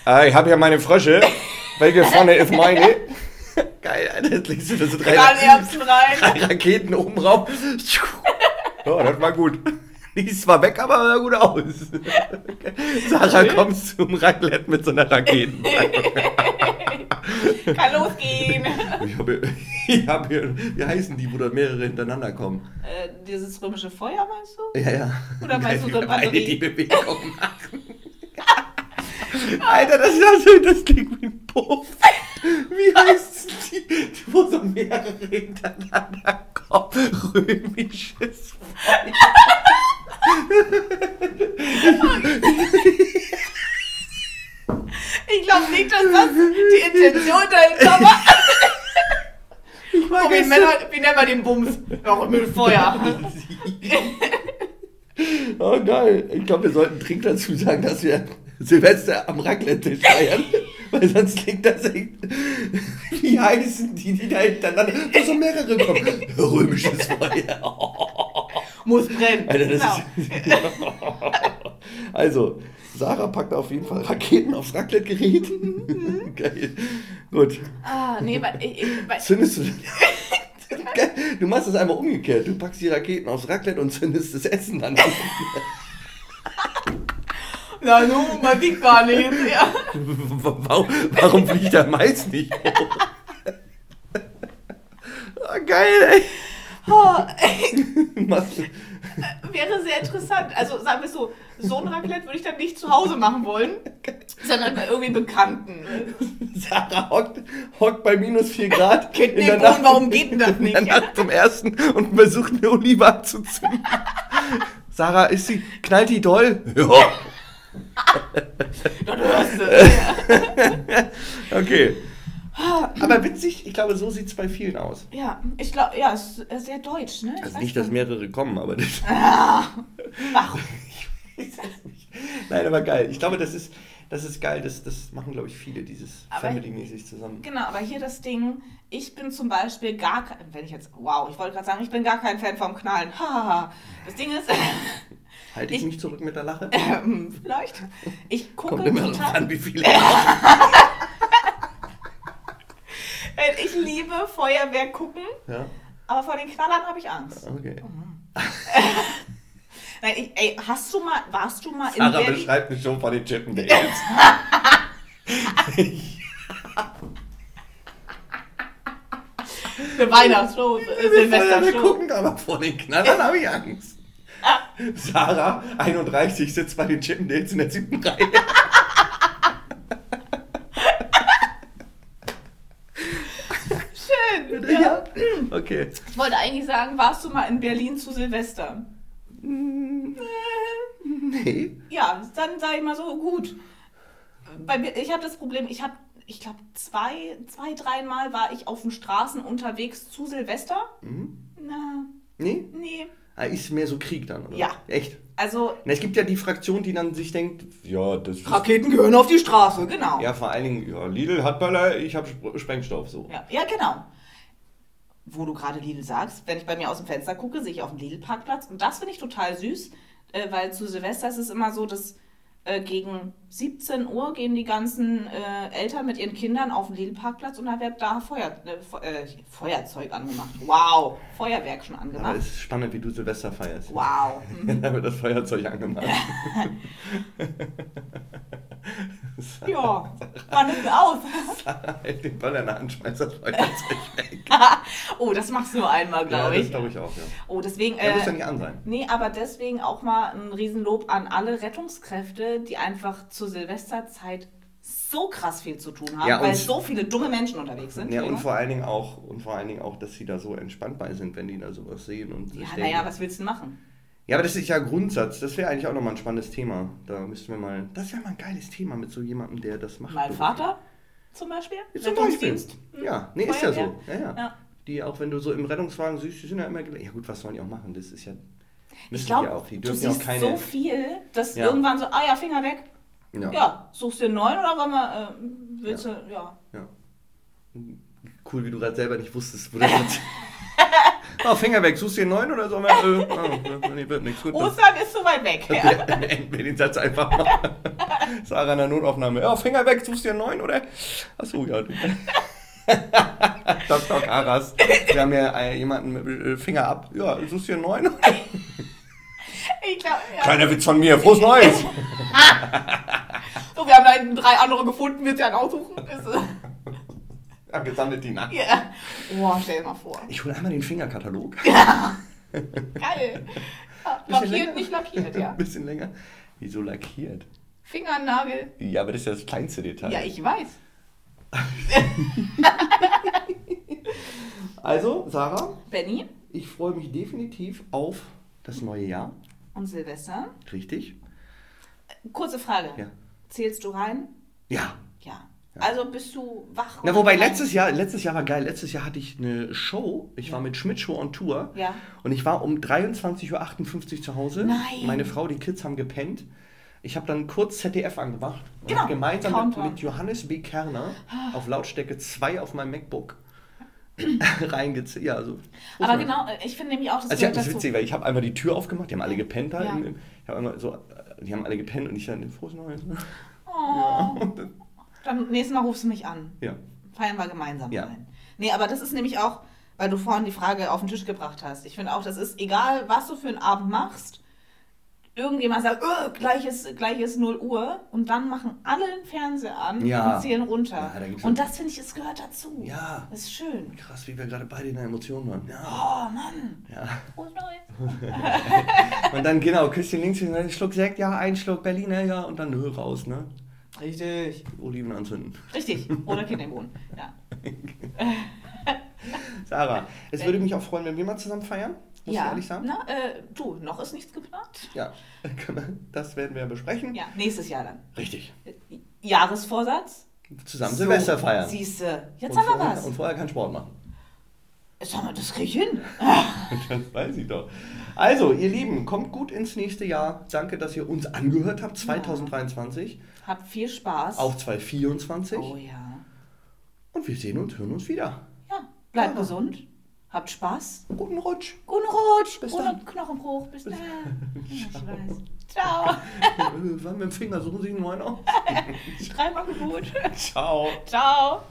[SPEAKER 1] Ah, ich habe ja meine Frösche. Welche vorne ist meine? Geil, Alter. Jetzt legst du da so drei,
[SPEAKER 2] Erbsen rein.
[SPEAKER 1] drei Raketen oben rauf. Ja, das war gut. Die ist zwar weg, aber sah gut aus. Sarah, kommst zum Raclette mit so einer Raketen.
[SPEAKER 2] Kann losgehen.
[SPEAKER 1] Ich habe ich hab hier, wie heißen die, wo da mehrere hintereinander kommen?
[SPEAKER 2] äh, dieses römische Feuer, meinst du?
[SPEAKER 1] Ja, ja.
[SPEAKER 2] Oder meinst du
[SPEAKER 1] Geil,
[SPEAKER 2] so
[SPEAKER 1] wie alle
[SPEAKER 2] Batterie?
[SPEAKER 1] die Bewegung machen. Alter, das ist ja so, das klingt wie ein Puff. Wie heißt die, wo so mehrere hintereinander kommen? Römisches Feuer.
[SPEAKER 2] Ich glaube nicht, dass das die Intention dahinter war.
[SPEAKER 1] Ich war
[SPEAKER 2] Oh, wie,
[SPEAKER 1] gestern-
[SPEAKER 2] Männer, wie nennen wir den Bums? Ja, Römelfeuer.
[SPEAKER 1] Oh, geil. Ich glaube, wir sollten Trink dazu sagen, dass wir Silvester am Raclette feiern. Weil sonst klingt das echt. Wie heißen die, die da hintereinander. Wo so mehrere kommen. Römisches Feuer.
[SPEAKER 2] Muss brennen.
[SPEAKER 1] Alter, das
[SPEAKER 2] genau.
[SPEAKER 1] ist. also, Sarah packt auf jeden Fall Raketen aufs Raclette-Gerät.
[SPEAKER 2] Mhm.
[SPEAKER 1] Geil. Gut.
[SPEAKER 2] Ah, nee, weil ich, ich, weil,
[SPEAKER 1] Zündest du. Geil. Du machst es einmal umgekehrt. Du packst die Raketen aufs Raclette und zündest das Essen dann an.
[SPEAKER 2] na so, man sieht gar nichts. Ja.
[SPEAKER 1] Warum, warum fliegt der Mais nicht hoch? Ah, geil,
[SPEAKER 2] Oh,
[SPEAKER 1] ey. Machst-
[SPEAKER 2] äh, wäre sehr interessant. Also sagen wir es so, so ein Raclette würde ich dann nicht zu Hause machen wollen, sondern bei irgendwie Bekannten.
[SPEAKER 1] Sarah hockt, hockt bei minus 4 Grad
[SPEAKER 2] Kind
[SPEAKER 1] in der
[SPEAKER 2] Boden,
[SPEAKER 1] Nacht,
[SPEAKER 2] warum geht denn das
[SPEAKER 1] in der
[SPEAKER 2] nicht?
[SPEAKER 1] Nacht zum ersten und versucht eine Olive anzuzünden. Sarah, ist sie, knallt die doll? Ja.
[SPEAKER 2] Dann hörst
[SPEAKER 1] Äh.
[SPEAKER 2] du.
[SPEAKER 1] Okay.
[SPEAKER 2] Ah.
[SPEAKER 1] Aber witzig, ich glaube, so sieht es bei vielen aus.
[SPEAKER 2] Ja, ich glaube, ja, es ist sehr deutsch, ne? Ich
[SPEAKER 1] Also
[SPEAKER 2] weiß
[SPEAKER 1] nicht, dass mehrere kommen, aber das.
[SPEAKER 2] Ah. Ach,
[SPEAKER 1] Nein, aber geil. Ich glaube, das ist, das ist geil. Das, das machen, glaube ich, viele, dieses
[SPEAKER 2] Aber-
[SPEAKER 1] Family-mäßig zusammen.
[SPEAKER 2] genau, aber hier das Ding, ich bin zum Beispiel gar kein, wenn ich jetzt, wow, ich wollte gerade sagen, ich bin gar kein Fan vom Knallen. Hahaha. das Ding ist,
[SPEAKER 1] Halte ich,
[SPEAKER 2] Ich-
[SPEAKER 1] mich zurück mit der Lache?
[SPEAKER 2] ähm, vielleicht, ich gucke
[SPEAKER 1] Kommt immer drauf
[SPEAKER 2] total
[SPEAKER 1] an, wie viele. Ja.
[SPEAKER 2] Äh, Ich liebe Feuerwehr gucken, aber vor den Knallern habe ich Angst.
[SPEAKER 1] okay.
[SPEAKER 2] Nein, ich, ey, hast du mal, warst du mal in
[SPEAKER 1] Sarah
[SPEAKER 2] Berlin?
[SPEAKER 1] beschreibt mich schon von den Chippen der Ernst.
[SPEAKER 2] Eine Weihnachtsshow, äh,
[SPEAKER 1] Wir
[SPEAKER 2] Silvestershow.
[SPEAKER 1] gucken, aber vor den Knallern habe ich Angst.
[SPEAKER 2] Ah.
[SPEAKER 1] Sarah, 31, sitzt bei den Chippendales in der siebten Reihe.
[SPEAKER 2] Schön. Ja.
[SPEAKER 1] Okay.
[SPEAKER 2] Ich wollte eigentlich sagen, warst du mal in Berlin zu Silvester?
[SPEAKER 1] Äh, Nee.
[SPEAKER 2] Ja, dann sage ich mal so, gut. Bei mir, ich habe das Problem, ich habe, ich glaube, zwei, zwei, dreimal war ich auf den Straßen unterwegs zu Silvester. Mhm. Na,
[SPEAKER 1] Nee?
[SPEAKER 2] nee.
[SPEAKER 1] Ah, Ist mehr so Krieg dann, oder?
[SPEAKER 2] Ja.
[SPEAKER 1] Echt?
[SPEAKER 2] Also,
[SPEAKER 1] Na, es gibt ja die Fraktion, die dann sich denkt, ja, das ist...
[SPEAKER 2] Raketen gehören auf die Straße, genau.
[SPEAKER 1] Ja, vor allen Dingen, ja, Lidl hat Böller, ich habe Sp Sprengstoff, so.
[SPEAKER 2] Ja, ja genau. Wo du gerade Lidl sagst, wenn ich bei mir aus dem Fenster gucke, sehe ich auf dem Lidl-Parkplatz. Und das finde ich total süß, äh, weil zu Silvester ist es immer so, dass äh, gegen 17 Uhr gehen die ganzen äh, Eltern mit ihren Kindern auf den Lidl-Parkplatz und da wird da Feuer, äh, Fe- äh, Feuerzeug angemacht. Wow, Feuerwerk schon
[SPEAKER 1] Aber
[SPEAKER 2] angemacht.
[SPEAKER 1] es ist spannend, wie du Silvester feierst.
[SPEAKER 2] Wow.
[SPEAKER 1] Da wird das Feuerzeug angemacht.
[SPEAKER 2] Ja, wann ist denn aus?
[SPEAKER 1] Sarah hält den Böller in der Hand, schmeißt das Feuerzeug weg.
[SPEAKER 2] Oh, das machst du nur einmal,
[SPEAKER 1] Ja,
[SPEAKER 2] glaube
[SPEAKER 1] das
[SPEAKER 2] ich.
[SPEAKER 1] glaube ich auch, ja.
[SPEAKER 2] Oh, deswegen.
[SPEAKER 1] Der
[SPEAKER 2] äh,
[SPEAKER 1] muss ja nicht an sein.
[SPEAKER 2] Nee, aber deswegen auch mal ein Riesenlob an alle Rettungskräfte, die einfach zur Silvesterzeit so krass viel zu tun haben,
[SPEAKER 1] Ja, und-
[SPEAKER 2] weil so viele dumme Menschen unterwegs sind.
[SPEAKER 1] Ja, und
[SPEAKER 2] Entschuldigung.
[SPEAKER 1] vor allen Dingen auch, und vor allen Dingen auch, dass sie da so entspannt bei sind, wenn die da sowas sehen und sich
[SPEAKER 2] ja
[SPEAKER 1] denken-
[SPEAKER 2] naja, was willst du denn machen?
[SPEAKER 1] Ja, aber das ist ja Grundsatz. Das wäre eigentlich auch nochmal ein spannendes Thema. Da müssten wir mal. Das wäre mal ein geiles Thema mit so jemandem, der das macht.
[SPEAKER 2] Mein Vater zum Beispiel?
[SPEAKER 1] Zum Beispiel.
[SPEAKER 2] Rettungsdienst? Hm,
[SPEAKER 1] Ja, nee, ist ja so.
[SPEAKER 2] Feuerwehr?
[SPEAKER 1] Ja, ja.
[SPEAKER 2] Ja.
[SPEAKER 1] Die auch, wenn du so im Rettungswagen siehst, die sind ja immer gleich. Ja, gut, was sollen die auch machen? Das ist ja. Müssen
[SPEAKER 2] Ich
[SPEAKER 1] die auch.
[SPEAKER 2] glaube,
[SPEAKER 1] Die
[SPEAKER 2] du
[SPEAKER 1] dürfen ja auch
[SPEAKER 2] siehst
[SPEAKER 1] keine.
[SPEAKER 2] so viel, dass
[SPEAKER 1] Ja.
[SPEAKER 2] irgendwann so, ah ja, Finger weg.
[SPEAKER 1] ja.
[SPEAKER 2] Ja, suchst dir einen neuen oder wollen wir, äh, willst du, ja.
[SPEAKER 1] ja. Cool, wie du gerade selber nicht wusstest, wo das jetzt. oh, Finger weg. Suchst du den neuen oder sollen wir. Äh, oh, nee, wird nichts. Gut, dann-
[SPEAKER 2] Ostern ist so weit weg. Ja.
[SPEAKER 1] Beenden wir den Satz einfach mal. Sarah in der Notaufnahme. Ja, Finger weg, suchst dir einen neuen, oder? Achso, ja. Du. Dr. Karas. Wir haben hier äh, jemanden mit äh, Finger ab. Ja, suchst dir einen neuen?
[SPEAKER 2] Ich glaube, ja.
[SPEAKER 1] Kleiner Witz von mir. Frohes Neues.
[SPEAKER 2] So, wir haben da hinten drei andere gefunden, willst du einen aussuchen? Ist, äh,
[SPEAKER 1] Ich hab gesammelt die Nacht.
[SPEAKER 2] Ja. Oh, stell dir mal vor.
[SPEAKER 1] Ich hole einmal den Fingerkatalog.
[SPEAKER 2] Geil. Ja,
[SPEAKER 1] Bisschen länger.
[SPEAKER 2] lackiert, nicht lackiert, ja.
[SPEAKER 1] Ein bisschen länger. Wieso lackiert?
[SPEAKER 2] Fingernagel.
[SPEAKER 1] Ja, aber das ist ja das kleinste Detail.
[SPEAKER 2] Ja, ich weiß.
[SPEAKER 1] also, Sarah,
[SPEAKER 2] Benny
[SPEAKER 1] ich freue mich definitiv auf das neue Jahr.
[SPEAKER 2] und Silvester.
[SPEAKER 1] Richtig?
[SPEAKER 2] Kurze Frage.
[SPEAKER 1] Ja.
[SPEAKER 2] Zählst du rein?
[SPEAKER 1] Ja,
[SPEAKER 2] Ja. Also bist du wach?
[SPEAKER 1] Na,
[SPEAKER 2] und
[SPEAKER 1] wobei
[SPEAKER 2] rein?
[SPEAKER 1] letztes Jahr, letztes Jahr war geil. Letztes Jahr hatte ich eine Show. Ich war mit Schmidt Show on Tour.
[SPEAKER 2] Ja.
[SPEAKER 1] Und ich war um 23.58 Uhr zu Hause.
[SPEAKER 2] Nein.
[SPEAKER 1] Meine Frau, die Kids haben gepennt. Ich habe dann kurz ZDF angemacht. und
[SPEAKER 2] Genau,
[SPEAKER 1] hab Gemeinsam mit,
[SPEAKER 2] Countdown. Ah.
[SPEAKER 1] mit Johannes B. Kerner auf Lautstärke 2 auf meinem MacBook reingezählt. Ja, also,
[SPEAKER 2] Aber genau, äh, ich finde nämlich auch, das
[SPEAKER 1] also ja,
[SPEAKER 2] gehört
[SPEAKER 1] das ist
[SPEAKER 2] dazu.
[SPEAKER 1] witzig, weil ich habe einmal die Tür aufgemacht, die haben alle gepennt da.
[SPEAKER 2] Ja.
[SPEAKER 1] Im, im, ich hab einmal so, äh, die haben alle gepennt und ich dann frohes Neues. ne?
[SPEAKER 2] Oh. Dann nächstes Mal rufst du mich an.
[SPEAKER 1] Ja.
[SPEAKER 2] Feiern wir gemeinsam
[SPEAKER 1] Ja.
[SPEAKER 2] rein. Nee, aber das ist nämlich auch, weil du vorhin die Frage auf den Tisch gebracht hast. Ich finde auch, das ist egal, was du für einen Abend machst. Irgendjemand sagt, "Äh, gleich ist, gleich ist 0 Uhr und dann machen alle den Fernseher an
[SPEAKER 1] Ja.
[SPEAKER 2] und zählen runter.
[SPEAKER 1] Ja, da gibt's
[SPEAKER 2] und das finde ich, es gehört dazu.
[SPEAKER 1] Ja.
[SPEAKER 2] Das ist schön.
[SPEAKER 1] Krass, wie wir gerade beide in der Emotion waren. Ja.
[SPEAKER 2] Oh Mann.
[SPEAKER 1] ja.
[SPEAKER 2] Frohes Neues.
[SPEAKER 1] Und dann genau, Küsschen links, Küsschen rechts, Schluck Sekt, ja, ein Schluck Berliner, ja, und dann Höhe raus, ne?
[SPEAKER 2] Richtig.
[SPEAKER 1] Oliven anzünden.
[SPEAKER 2] Richtig. Oder Kinder im Boden. Ja.
[SPEAKER 1] Sarah, es würde mich auch freuen, wenn wir mal zusammen feiern. Muss ich
[SPEAKER 2] ja,
[SPEAKER 1] ehrlich sagen.
[SPEAKER 2] na, äh, du, noch ist nichts geplant.
[SPEAKER 1] Ja, können wir- das werden wir besprechen.
[SPEAKER 2] Ja, nächstes Jahr dann. Äh,
[SPEAKER 1] Richtig.
[SPEAKER 2] Jahresvorsatz?
[SPEAKER 1] Zusammen Silvester feiern.
[SPEAKER 2] Siehste, jetzt
[SPEAKER 1] und
[SPEAKER 2] haben wir
[SPEAKER 1] vorher-
[SPEAKER 2] was.
[SPEAKER 1] Und vorher keinen Sport machen.
[SPEAKER 2] Sag mal, das krieg ich hin.
[SPEAKER 1] Das weiß ich doch. Also, ihr Lieben, kommt gut ins nächste Jahr. Danke, dass ihr uns angehört habt. 2023,
[SPEAKER 2] Habt viel Spaß.
[SPEAKER 1] auch 2024.
[SPEAKER 2] Oh ja.
[SPEAKER 1] Und wir sehen und hören uns wieder.
[SPEAKER 2] Ja, bleibt
[SPEAKER 1] Ja.
[SPEAKER 2] gesund. Habt Spaß.
[SPEAKER 1] Guten Rutsch.
[SPEAKER 2] Guten Rutsch.
[SPEAKER 1] Bis
[SPEAKER 2] Ohne
[SPEAKER 1] dann.
[SPEAKER 2] Knochenbruch. Bis dann. Ja, ich weiß. Ciao.
[SPEAKER 1] Wann mit dem Finger suchen Sie einen neuen auf.
[SPEAKER 2] Schreibangebot.
[SPEAKER 1] Ciao.
[SPEAKER 2] Ciao.